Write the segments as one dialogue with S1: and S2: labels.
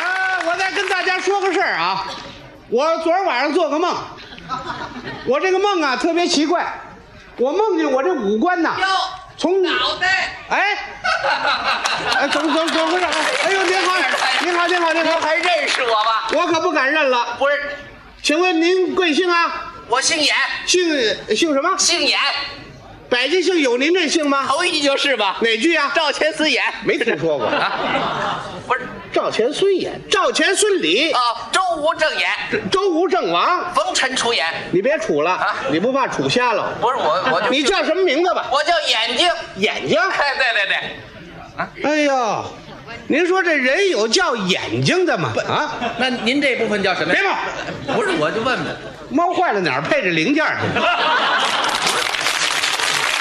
S1: 呃，我再跟大家说个事儿啊，我昨儿晚上做个梦，我这个梦啊特别奇怪，我梦见我这五官呐，从
S2: 脑袋，
S1: 哎，哎怎么怎么怎么回事？哎呦，您好，您好，您好，您
S2: 您
S1: 好，
S2: 还认识我吗？
S1: 我可不敢认了。
S2: 不是，
S1: 请问您贵姓啊？
S2: 我姓演，
S1: 姓姓什么？
S2: 姓演，
S1: 百家姓有您这姓吗？
S2: 头一句就是吧？
S1: 哪句啊？
S2: 赵钱孙演，
S1: 没听说过。
S2: 不是
S1: 赵钱孙演，赵钱孙李，
S2: 啊，周吴郑演，
S1: 周吴郑王。
S2: 冯陈楚演，
S1: 你别杵了
S2: 啊，
S1: 你不怕杵瞎了？
S2: 不是我，我就
S1: 你叫什么名字吧？
S2: 我叫眼睛，
S1: 眼睛。
S2: 哎，对对对，
S1: 哎呦，您说这人有叫眼睛的吗？啊，
S3: 那您这部分叫什么
S1: 别
S3: 呀？
S1: 闹，
S3: 不是，我就问问，
S1: 猫坏了哪儿配着零件儿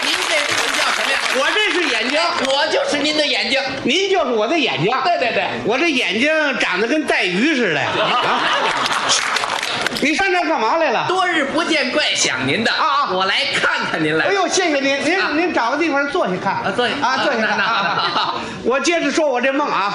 S1: 去？
S3: 您这部分叫什么呀？
S1: 我这是眼睛，
S3: 我就是您的眼睛。
S1: 您就是我的眼睛。
S3: 对对对，
S1: 我这眼睛长得跟带鱼似 的呀！啊，你上这儿干嘛来了？
S3: 多日不见，怪想您的
S1: 啊啊
S3: 我来看看您来
S1: 哎。呦，谢谢您，
S3: 啊
S1: 您您找个地方坐下看
S3: 啊坐下
S1: 啊，坐下看
S3: 那那那
S1: 啊。我接着说我这梦啊，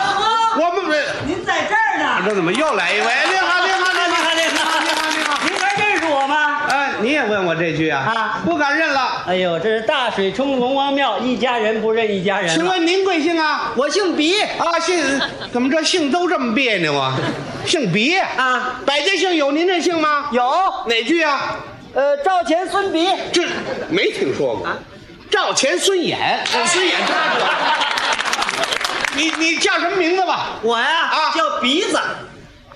S1: 我梦哎
S4: 您在这儿呢？
S1: 这怎么又 来一位？你好，你好，你好，你
S4: 您
S1: 好，
S4: 好
S1: 你好，你好。
S4: 您还认识我吗？
S1: 哎，你也问我这句啊？
S4: 啊
S1: 不敢认了。
S4: 哎呦，这是大水冲龙王庙，一家人不认一家人
S1: 请
S4: 了。
S1: 问您贵姓啊？
S4: 我姓鼻，
S1: 啊，姓怎么这姓都这么别扭啊？姓别
S4: 啊？
S1: 百家姓有您这姓吗？
S4: 有
S1: 哪句啊？
S4: 呃赵钱孙鼻，
S1: 这没听说过。赵钱孙衍，嗯孙衍他说。你你叫什么名字吧？
S4: 我呀、
S1: 啊
S4: 叫鼻子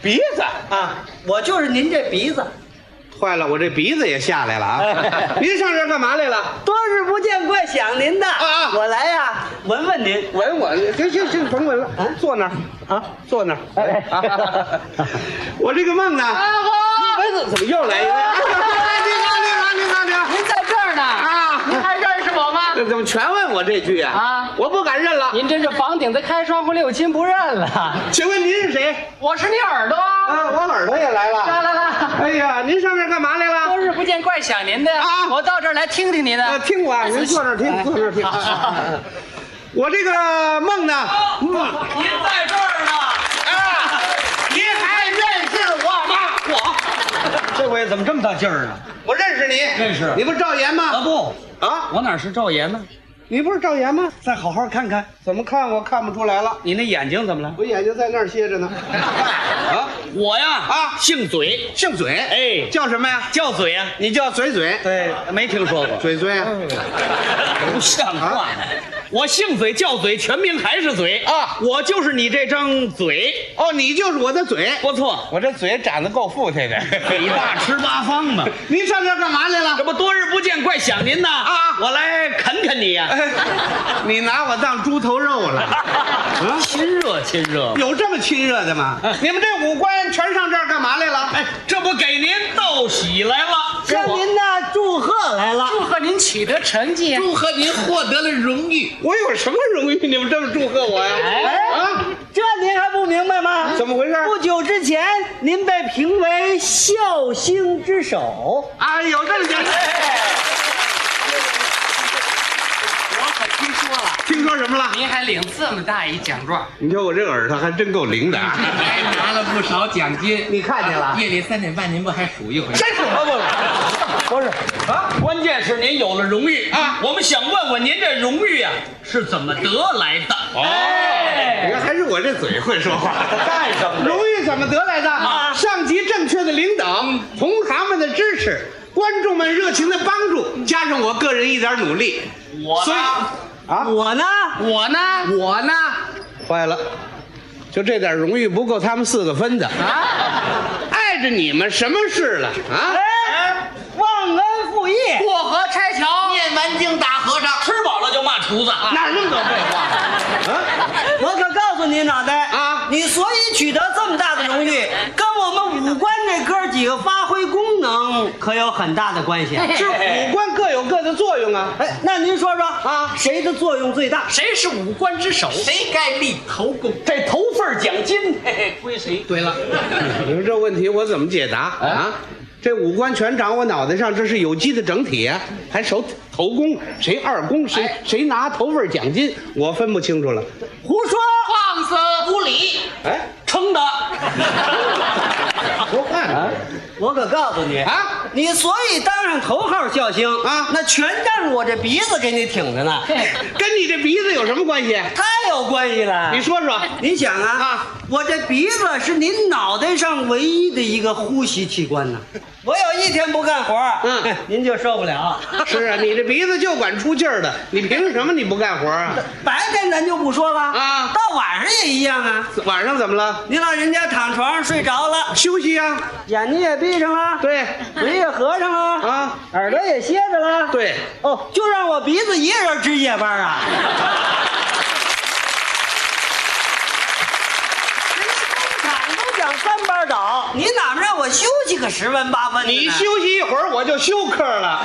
S1: 鼻子
S4: 啊，我就是您这鼻子。
S1: 坏了，我这鼻子也下来了啊！您上这儿干嘛来了？
S4: 多日不见，怪想您的。
S1: 啊
S4: 我来呀、闻闻您。
S1: 闻我，行行行，甭闻了，坐那儿啊，坐那儿。啊 我这个梦呢？哎，怎怎么又来一位？哎你好，你好，你好，你好。
S5: 您在这儿呢，
S1: 啊
S5: 您还认识我吗？
S1: 这怎么全问我这句啊？
S5: 啊
S1: 我不敢认了。
S5: 您真是房顶子开窗户六亲不认了。
S1: 请问您是谁？
S5: 我是你耳朵，
S1: 啊，我耳朵也来
S5: 来
S1: 了。啊
S5: 来来，
S1: 哎呀，您上这儿干嘛来了
S5: 多？日不见，怪想您的
S1: 啊
S5: 我到这儿来听听您
S1: 呃，
S5: 的。
S1: 听我啊，您坐那儿听，坐那儿听。啊啊啊啊我这个梦呢？嗯
S4: 您在这儿呢。
S1: 啊，您还认识我吗？我，
S4: 这回怎么这么大劲儿啊呢？
S1: 我认识你，认
S4: 识
S1: 你不赵岩
S4: 啊
S1: 吗？
S4: 不，
S1: 啊，
S4: 我哪是赵岩呢？
S1: 你不是赵岩吗？
S4: 再好好看看，
S1: 怎么看我看不出来了？
S4: 你那眼睛怎么了？
S1: 我眼睛在那儿歇着呢。 啊
S4: 我呀
S1: 啊，
S4: 姓嘴，
S1: 姓嘴，
S4: 哎
S1: 叫什么呀？
S4: 叫嘴啊呀、
S1: 你叫嘴嘴，
S4: 对，没听说过。
S1: 嘴嘴啊。
S4: 不像话
S1: 啊！
S4: 我姓嘴叫嘴，全名还是嘴
S1: 啊
S4: 我就是你这张嘴，
S1: 哦，你就是我的嘴。
S4: 不错，
S1: 我这嘴长得够富态的。
S4: 北大吃八 方嘛。
S1: 您上这儿干嘛来
S4: 这
S1: 了？
S4: 不多日不见，怪想您呐！
S1: 啊
S4: 我来啃啃你呀、
S1: 哎 你拿我当猪头肉 了？啊，
S4: 亲热亲热。
S1: 有这么亲热的 吗？你们这五官全上这儿干嘛来了？哎，
S4: 这不给您道喜来了，向您呢祝贺来了。
S5: 祝贺您取得成绩，
S3: 祝贺您获得了荣誉，
S1: 我有什么荣誉？你们这么祝贺我呀？啊，
S4: 哎这您还不明白吗？
S1: 怎么回事？
S4: 不久之前，您被评为孝星之首。
S1: 啊，有这么讲。
S5: 我可听说了，
S1: 听说什么了？
S5: 您还领这么大一奖状，
S1: 你瞧我这耳朵还真够灵的啊。
S3: 还拿了不少奖金。
S1: 你看见了
S3: 夜里三点半，您不还数一回？
S1: 真是我
S4: 不是啊，关键是您有了荣誉
S1: 啊
S4: 我们想问问您这荣誉啊是怎么得来的？哎
S1: 你看，还是我这嘴会说话。干什么？荣誉怎么得来的？
S4: 啊
S1: 上级正确的领导，同行们的支持，观众们热情的帮助，加上我个人一点努力，
S4: 我
S1: 所以啊，
S4: 我呢？
S5: 我呢，我呢，
S1: 坏了，就这点荣誉不够他们四个分的。
S5: 啊，
S1: 碍着你们什么事了啊？
S4: 哎，忘恩负义，
S5: 过河拆桥，念完经打和尚，
S4: 吃饱了就骂厨子啊！
S1: 哪儿那么多废话啊？
S4: 我可告诉你，脑袋
S1: 啊
S4: 你所以取得这么大 的荣誉，跟我们五官这哥几个发挥功能可有很大的关系。
S1: 是五官各有各的作用啊。
S4: 哎，那您说说啊，谁的作用最大？
S5: 谁是五官之首？
S3: 谁该立头功？
S4: 这头份儿奖金嘿嘿归谁？
S3: 对了，
S1: 你说这问题我怎么解答
S4: 哎
S1: 啊？这五官全长我脑袋上，这是有机的整体啊，还手头功，
S4: 哎
S1: 谁二功，谁谁拿头份奖金，我分不清楚了。
S4: 胡说！
S5: 放肆！
S6: 德不理，
S1: 哎，
S4: 撑的。
S1: 说话呢
S4: 我可告诉你
S1: 啊，
S4: 你所以当上头号笑星
S1: 啊
S4: 那全仗我这鼻子给你挺着呢，
S1: 跟你这鼻子有什么关系？
S4: 太有关系了。
S1: 你说说，
S4: 你想啊，
S1: 啊
S4: 我这鼻子是您脑袋上唯一的一个呼吸器官呢。我有一天不干活，
S1: 嗯，
S4: 您就受不了。
S1: 是啊，你这鼻子就管出气儿的，你凭什么你不干活啊？
S4: 白天咱就不说了
S1: 啊
S4: 到晚上也一样啊。
S1: 晚上怎么了？
S4: 您老人家躺床上睡着了，
S1: 休息呀，
S4: 眼睛也闭上 了，，
S1: 对，
S4: 嘴也合上了，
S1: 啊，
S4: 耳朵也歇着了，。
S1: 对，
S4: 哦，就让我鼻子一个人值夜班啊！人家工厂都讲三班倒，你哪么让我休息个十分八分的呢？
S1: 你休息一会儿我就休克了，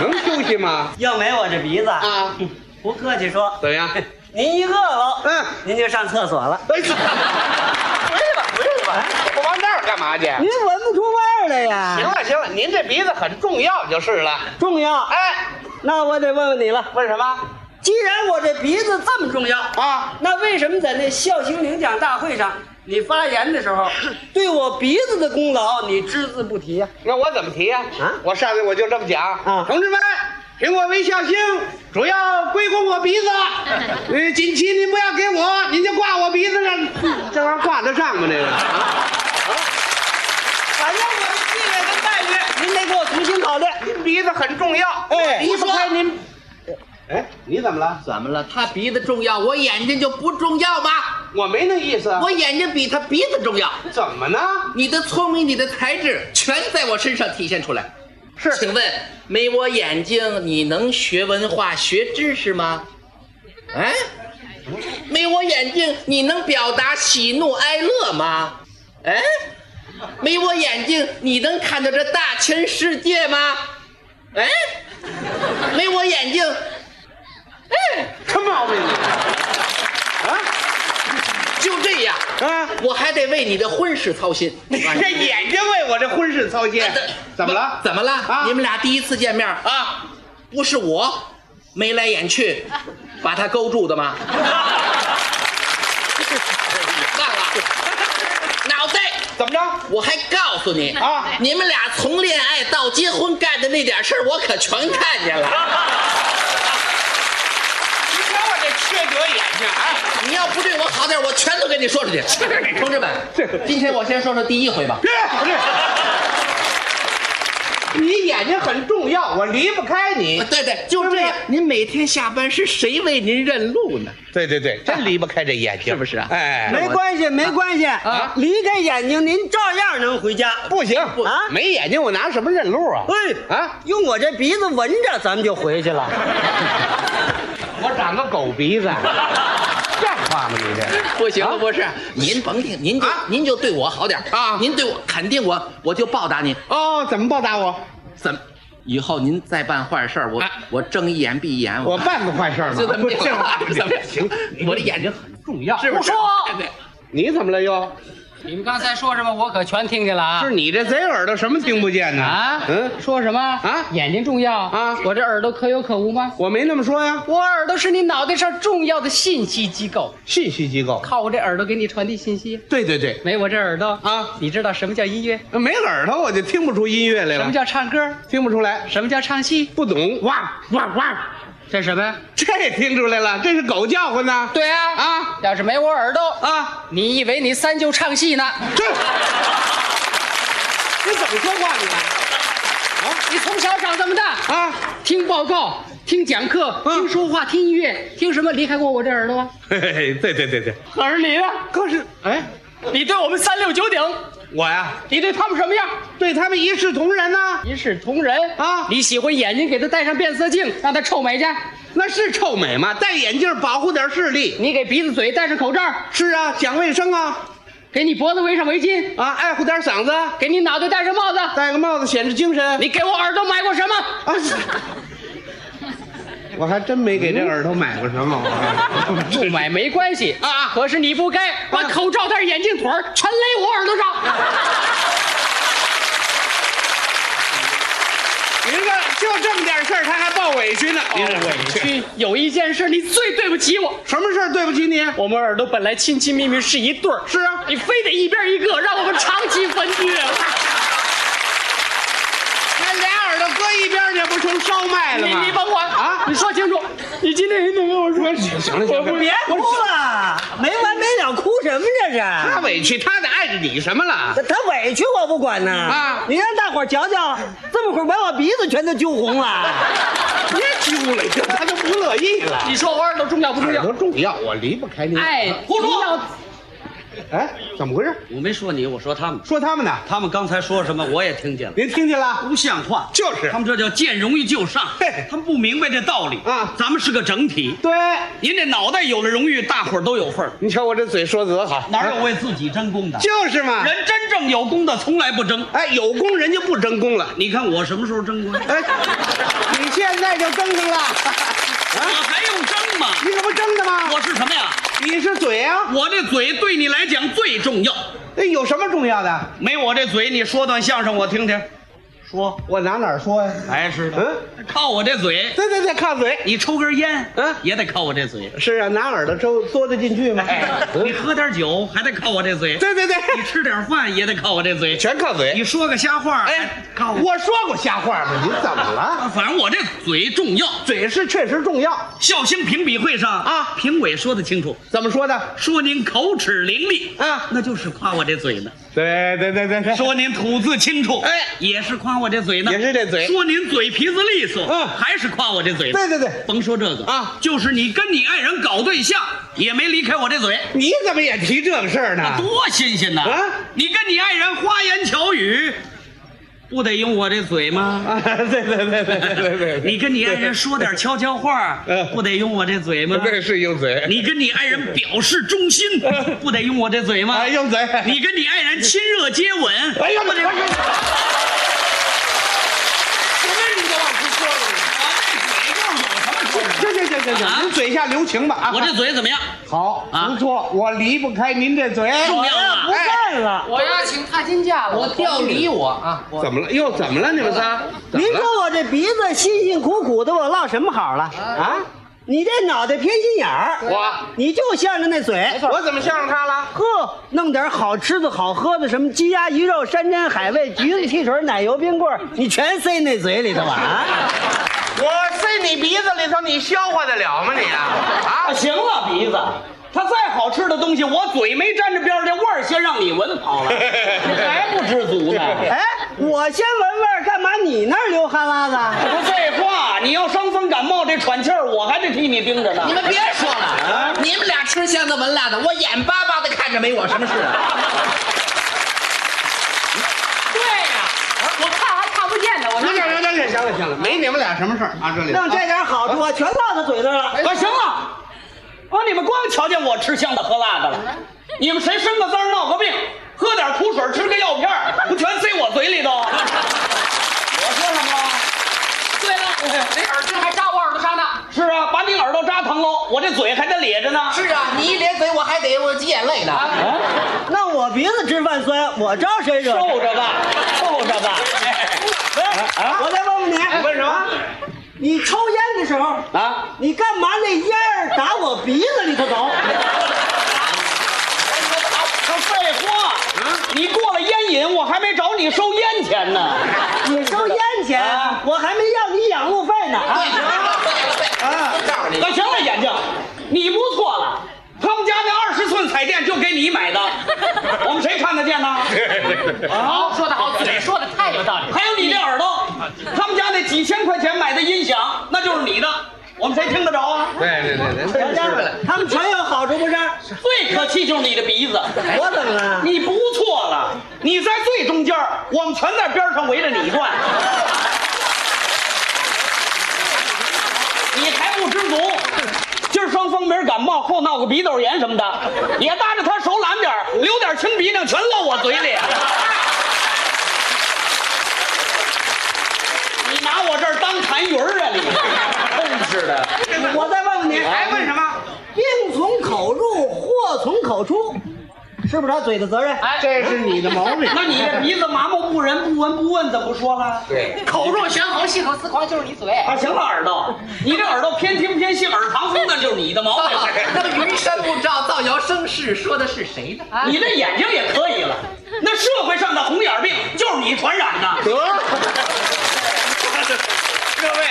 S1: 能休息吗？
S4: 要没我这鼻子啊？
S1: 啊，
S4: 不客气说，
S1: 怎么样？
S4: 您一饿了，
S1: 嗯
S4: 您就上厕所了，
S1: 哎，不是吧，不是吧，我往那儿干嘛去？
S4: 您闻不出味儿来
S1: 行
S4: 呀？
S1: 了行了，您这鼻子很重要就是了。
S4: 重要，
S1: 哎，
S4: 那我得问问你了，
S1: 问什么？
S4: 既然我这鼻子这么重要
S1: 啊，
S4: 那为什么在那孝兴领奖大会上，你发言的时 候，对我鼻子的功劳你只字不提呀、
S1: 那我怎么提呀、啊？我上去我就这么讲
S4: 啊
S1: 同志们，评我为孝星，主要归功我鼻 子。呃，锦旗您不要给我，您就挂我鼻子上，啊这玩意儿挂得上吗？这个
S4: 反正我的地位跟待遇，您得给我重新考虑。
S1: 鼻子很重要。哎，离不开您。哎，你怎么了？
S3: 怎么了？他鼻子重要，我眼睛就不重要吗？
S1: 我没那意思。啊
S3: 我眼睛比他鼻子重要。
S1: 怎么呢？
S3: 你的聪明，你的才智，全在我身上体现出来。
S1: 是
S3: 请问没我眼睛，你能学文化、学知识吗？哎，没我眼睛，你能表达喜怒哀乐吗？哎，没我眼睛，你能看到这大千世界吗？哎，没我眼睛，哎
S1: 什么毛病啊你？
S3: 就这样，
S1: 啊，
S3: 我还得为你的婚事操心。
S1: 这眼睛为我这婚事操心。呃怎么了？
S3: 哎怎么了？
S1: 啊
S3: 你们俩第一次见面啊，不是我眉来眼去把他勾住的 吗？忘了，脑袋，
S1: 怎么着？
S3: 我还告诉你
S1: 啊
S3: 你们俩从恋爱到结婚干的那点事儿，我可全看见了。
S1: 你瞧我这缺德眼睛啊！
S3: 你哎要不对我好点，我全都跟你说出去。同志们，今天我先说说第一回吧。
S1: 你眼睛很重要，我离不开你。
S3: 对对，就这样。您每天下班是谁为您认路呢？
S1: 对对对，真离不开这眼睛，
S3: 是不是啊
S1: 哎，
S4: 没关系，没关系啊，离开眼睛您照样能回家。
S1: 不行
S4: 啊
S1: 没眼睛我拿什么认路啊？
S4: 哎
S1: 啊，
S4: 用我这鼻子闻着，咱们就回去了。
S1: 我长个狗 鼻子，像话吗你这？
S3: 不行，不是，您甭听，您就
S1: 啊
S3: 您就对我好点
S1: 啊
S3: 您对我肯定我，我就报答您。
S1: 哦，怎么报答我？
S3: 怎么？以后您再办坏事儿，我
S1: 啊
S3: 我睁一眼闭一眼，
S1: 我办过坏事吗？
S3: 就这么定
S1: 这话
S3: 怎么
S1: 行？
S3: 我的眼睛很重要，是
S6: 不
S3: 不是？
S6: 说
S3: 对对
S1: 你怎么了又？
S6: 你们刚才说什么，我可全听见了啊
S1: 是。你这贼耳朵什么听不见呢？
S6: 啊，
S1: 嗯，
S6: 说什么
S1: 啊
S6: 眼睛重要
S1: 啊
S6: 我这耳朵可有可无吗？
S1: 我没那么说呀。
S6: 我耳朵是你脑袋上重要的信息机构，
S1: 信息机构，
S6: 靠我这耳朵给你传递信息。
S1: 对对对，
S6: 没我这耳朵
S1: 啊
S6: 你知道什么叫音乐？
S4: 啊
S1: 没耳朵我就听不出音乐来
S6: 什么
S1: 了，
S6: 叫唱歌？
S1: 听不出来，
S6: 什么叫唱戏？
S1: 不懂哇哇哇，
S6: 这什么呀？
S1: 这听出来了，这是狗叫唤呢。
S6: 对啊，
S1: 啊
S6: 要是没我耳朵，
S1: 啊，
S6: 你以为你三舅唱戏呢？
S1: 这你怎么说话你啊
S6: 你从小长这么大，
S1: 啊？
S6: 听报告，听讲课，
S1: 嗯
S6: 听说话，听音乐，听什么离开过我这耳朵吗？
S1: 嘿嘿嘿，对对对对，
S6: 可是你呢？
S1: 可是哎，
S6: 啊你对我们三六九鼎，
S1: 我呀
S6: 你对他们什么样？
S1: 对他们一视同仁呐、
S6: 一视同仁
S1: 啊
S6: 你喜欢眼睛，给他戴上变色镜，让他臭美去；
S1: 那是臭美吗？戴眼镜保护点视力。
S6: 你给鼻子、嘴戴上口罩，
S1: 是啊，讲卫生啊
S6: 给你脖子围上围巾，
S1: 啊，爱护点嗓子，
S6: 给你脑袋戴上帽子。
S1: 戴个帽子显示精神。
S6: 你给我耳朵买过什么？
S1: 啊，是我还真没
S6: 嗯
S1: 给这耳朵买过什么。我
S6: 不买没关系啊，可是你不该把口罩、戴眼镜、腿儿全勒我耳朵上。
S1: 您这就这么点事儿，他还抱委屈呢。您是
S6: 委屈。有一件事你最对不起我，
S1: 什么事儿？对不起你。
S6: 我们耳朵本来亲亲密密是一对儿，
S1: 是啊
S6: 你非得一边一个，让我们长期分居。啊
S1: 那俩耳朵搁一边儿，这不成烧麦了
S6: 你
S1: 吗？
S6: 你甭管
S1: 啊
S6: 你说清楚，你今天一定跟我说。
S1: 行了行了
S6: 我不
S7: 别哎哭了，没完没了，哭什么这是？
S1: 他委屈，他得碍着你什么了？
S7: 他他委屈我不管呢
S1: 啊
S7: 你让大伙儿瞧瞧，这么会儿把我鼻子全都揪红 了。
S1: 别揪了，这他都不乐意了。
S6: 你说我耳朵重要不重
S1: 耳
S6: 要
S1: 朵？重要，我离不开你。
S6: 哎，
S1: 胡
S6: 你
S1: 说！
S6: 要
S1: 哎，怎么回事？
S7: 我没说你，我说他们，
S1: 说他们呢？
S7: 他们刚才说 什么我也听见了，
S1: 您听见了？
S7: 不像话。
S1: 就是
S7: 他们这叫见荣誉就上
S1: 嘿，
S7: 他们不明白这道理
S1: 啊
S7: 咱们是个整体，
S1: 对，
S7: 您这脑袋有了荣誉，大伙儿都有份儿，
S1: 你瞧我这嘴说得多好，哎
S7: 哪有为自己争功的？
S1: 就是嘛。
S7: 人真正有功的从来不争。
S1: 哎，有功人就不争功了。
S7: 你看我什么时候争过？呀？
S1: 哎，你现在就争上了，
S7: 我还用争吗？
S1: 你可不争的吗？
S7: 我是什么呀？
S1: 你是嘴啊，
S7: 我这嘴对你来讲最重要，
S1: 那有什么重要的？
S7: 没我这嘴，你说段相声我听听。说，
S1: 我拿哪儿说呀？
S7: 哎，是的，
S1: 嗯，
S7: 靠我这嘴，
S1: 对对对，靠嘴。
S7: 你抽根烟，
S1: 嗯
S7: 也得靠我这嘴。
S1: 是啊，拿耳朵周缩得进去吗？
S7: 哎，
S1: 嗯
S7: 你喝点酒还得靠我这嘴，
S1: 对对对，
S7: 你吃点饭也得靠我这嘴，
S1: 全靠
S7: 你
S1: 嘴。
S7: 说个瞎话，
S1: 哎啊
S7: 哎，靠我。
S1: 我说过瞎话吗？你怎么了？
S7: 反正我这嘴重要。
S1: 嘴是确实重要。
S7: 孝兴评比会上
S1: 啊
S7: 评委说的清楚，
S1: 怎么说的？
S7: 说您口齿伶俐
S1: 啊
S7: 那就是夸我这嘴呢；
S1: 对对对对对，
S7: 说您吐字清楚，
S1: 哎
S7: 也是夸我这嘴呢；
S1: 也是这嘴
S7: 说您嘴皮子利索，
S1: 嗯
S7: 还是夸我这嘴呢。
S1: 对对对，
S7: 甭说这个
S1: 啊
S7: 就是你跟你爱人搞对象，也没离开我这嘴，
S1: 你怎么也提这个事儿呢？
S7: 多新鲜呐！
S1: 啊
S7: 你跟你爱人花言巧语，不得用我这嘴吗？
S1: 啊，对对对对对对对，
S7: 你跟你爱人说点悄悄话
S1: 嗯，
S7: 不得用我这嘴吗？
S1: 对是用嘴，
S7: 你跟你爱人表示忠心，不得用我这嘴吗？
S1: 哎，用嘴，
S7: 你跟你爱人亲热接吻，
S1: 哎呀，
S7: 不
S1: 我
S7: 得
S1: 这
S7: 用
S1: 什
S7: 我
S1: 么你都往出说了？
S7: 这嘴
S1: 行行行行行，您啊嘴下啊留情吧啊！
S7: 我这嘴怎么样？
S1: 好，不错，我离不开您这嘴。
S7: 重要吗？
S1: 哎
S7: 干了。
S6: 我要请踏金假了，我调离我啊！我
S1: 怎么了？又怎么了？你们仨？
S4: 您
S1: 怎么了
S4: 说我这鼻子辛辛苦苦的，我落什么好了？
S1: 啊？
S4: 你这脑袋偏心眼儿，
S1: 我
S4: 你就向着那嘴，
S1: 我怎么向着他了？
S4: 呵，弄点好吃的好喝的，什么鸡鸭鱼肉、山珍海味、橘子汽水、奶油冰棍儿，你全塞那嘴里头吧？啊，
S1: 我塞你鼻子里头，你消化得了吗你啊？啊
S7: 啊，行了，鼻子，它再好吃的东西，我嘴没沾着边儿，这味儿先让你闻跑 了，你还不知足呢？
S4: 哎，我先闻味儿，干嘛你那儿流哈喇子？
S7: 不废话，你要伤风感冒这喘气儿，我还得替你盯着呢
S3: 你。们别说了，你们俩吃香的闻辣的，我眼巴巴的看着没我什么事 啊？
S6: 对呀、我看还看不见呢，我
S1: 行
S6: 这
S1: 行行行行了行了，没你们俩什么事儿啊？这里
S4: 弄这点好处啊，全落到嘴上了。哎
S7: 啊，行了，啊，你们光瞧见我吃香的喝辣的了，你们谁生个滋儿闹个病，喝点苦水吃个药片儿，不全塞我嘴里头？ 我说什么了？哎
S6: 对了，那耳钉还扎我耳朵上呢。
S7: 是啊，把你耳朵扎疼喽，我这嘴还得咧着呢。
S3: 是啊，你一咧嘴，我还得我挤眼泪呢。
S4: 那我鼻子吃饭酸，我招谁惹？
S7: 受着吧，受着吧。
S4: 我再问问你，
S1: 问什么？
S4: 你抽烟的时候
S1: 啊，
S4: 你干嘛那烟儿打我鼻子里头走？
S7: 他废话，你过了烟瘾，我还没找你收烟钱呢。
S4: 你收烟钱，
S7: 啊
S4: 我还没要你养路费呢。啊
S3: 对对对，告诉你，
S7: 那行了，眼镜，你不错了。他们家那二十寸彩电就给你买的，我们谁看得见呢？
S6: 好，说得好，嘴说的太有道理了。
S7: 还有你这耳朵，他们家那几千块钱买的音响，那就是你的，我们谁听得着啊？
S1: 对对对对，
S4: 大家他们全有好处不是？
S7: 最可气就是你的鼻子，
S4: 我怎么了？
S7: 你不错了，你在最中间儿，我们全在边上围着你转。你还不知足，今儿伤风没人感冒，后闹个鼻窦炎什么的，也搭着他手懒点儿流点清鼻涕，全漏我嘴里。你拿我这儿当痰盂儿啊你！真是的，
S4: 我再问问你，
S1: 还问什么？
S4: 病从口入，祸从口出，是不是他嘴的责任？
S7: 哎，
S1: 这是你的毛病。
S7: 那你这鼻子麻木不仁、不闻不问，怎么说了？
S2: 对，
S6: 口若悬河，细口丝狂，就是你嘴。
S7: 啊，行了，耳朵， 你这耳朵偏听偏信，耳旁风，那就是你的毛 病。
S3: 那么云山雾罩，造谣生事，说的是谁呢？啊，
S7: 你这眼睛也可以了，那社会上的红眼病就是你传染的。
S1: 得，
S2: 各位，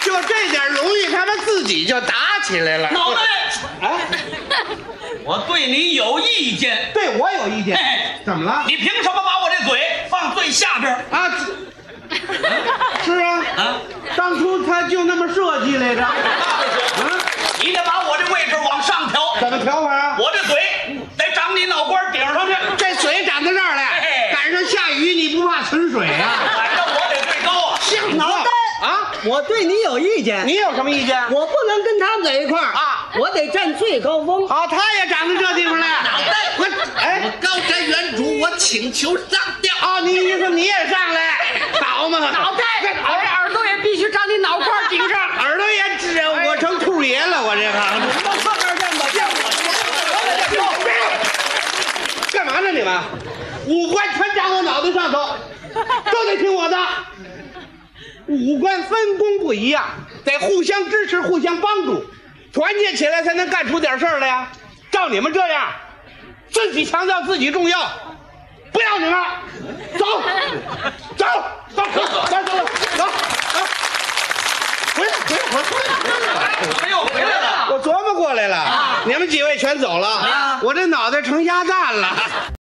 S1: 就这点荣誉，他们自己就打起来了。
S7: 脑袋，
S1: 哎，
S7: 我对你有意见。
S1: 对我有意见
S7: 哎，
S1: 怎么了？
S7: 你凭什么把我这嘴放最下边儿
S1: 啊，是啊，
S7: 啊？
S1: 当初他就那么设计来着。嗯，
S7: 你得把我这位置往上调，
S1: 怎么调法啊？
S7: 我这嘴得长你脑瓜顶上去，
S1: 这嘴长到这儿来，
S7: 哎
S1: 赶上下雨你不怕存水啊？
S7: 反正我得最高啊！
S1: 像
S4: 脑袋
S1: 啊！
S4: 我对你有意见，
S1: 你有什么意见？
S4: 我不能跟他们在一块儿
S1: 啊，
S4: 我得占最高峰。
S1: 好，他也长到这地方来。脑
S3: 袋
S1: 我哎
S3: 我高瞻远瞩，我请求上吊。
S1: 啊，你意思你也上来？好嘛，
S6: 脑袋，我这耳朵也必须长你脑瓜顶上。
S1: 耳朵也指我成兔爷了，我这个。
S7: 到侧面站吧，见我
S1: 干嘛呢你们？五官全长我脑袋上头，都得听我的。五官分工不一样，得互相支持、互相帮助，团结起来才能干出点事儿来呀。照你们这样，自己强调自己重要，不要你们，走，走，走，走，走，走，走，走，回来，回来，回来。
S7: 哎呦，回来了。
S1: 我琢磨过来了，你们几位全走了，我这脑袋成鸭蛋了。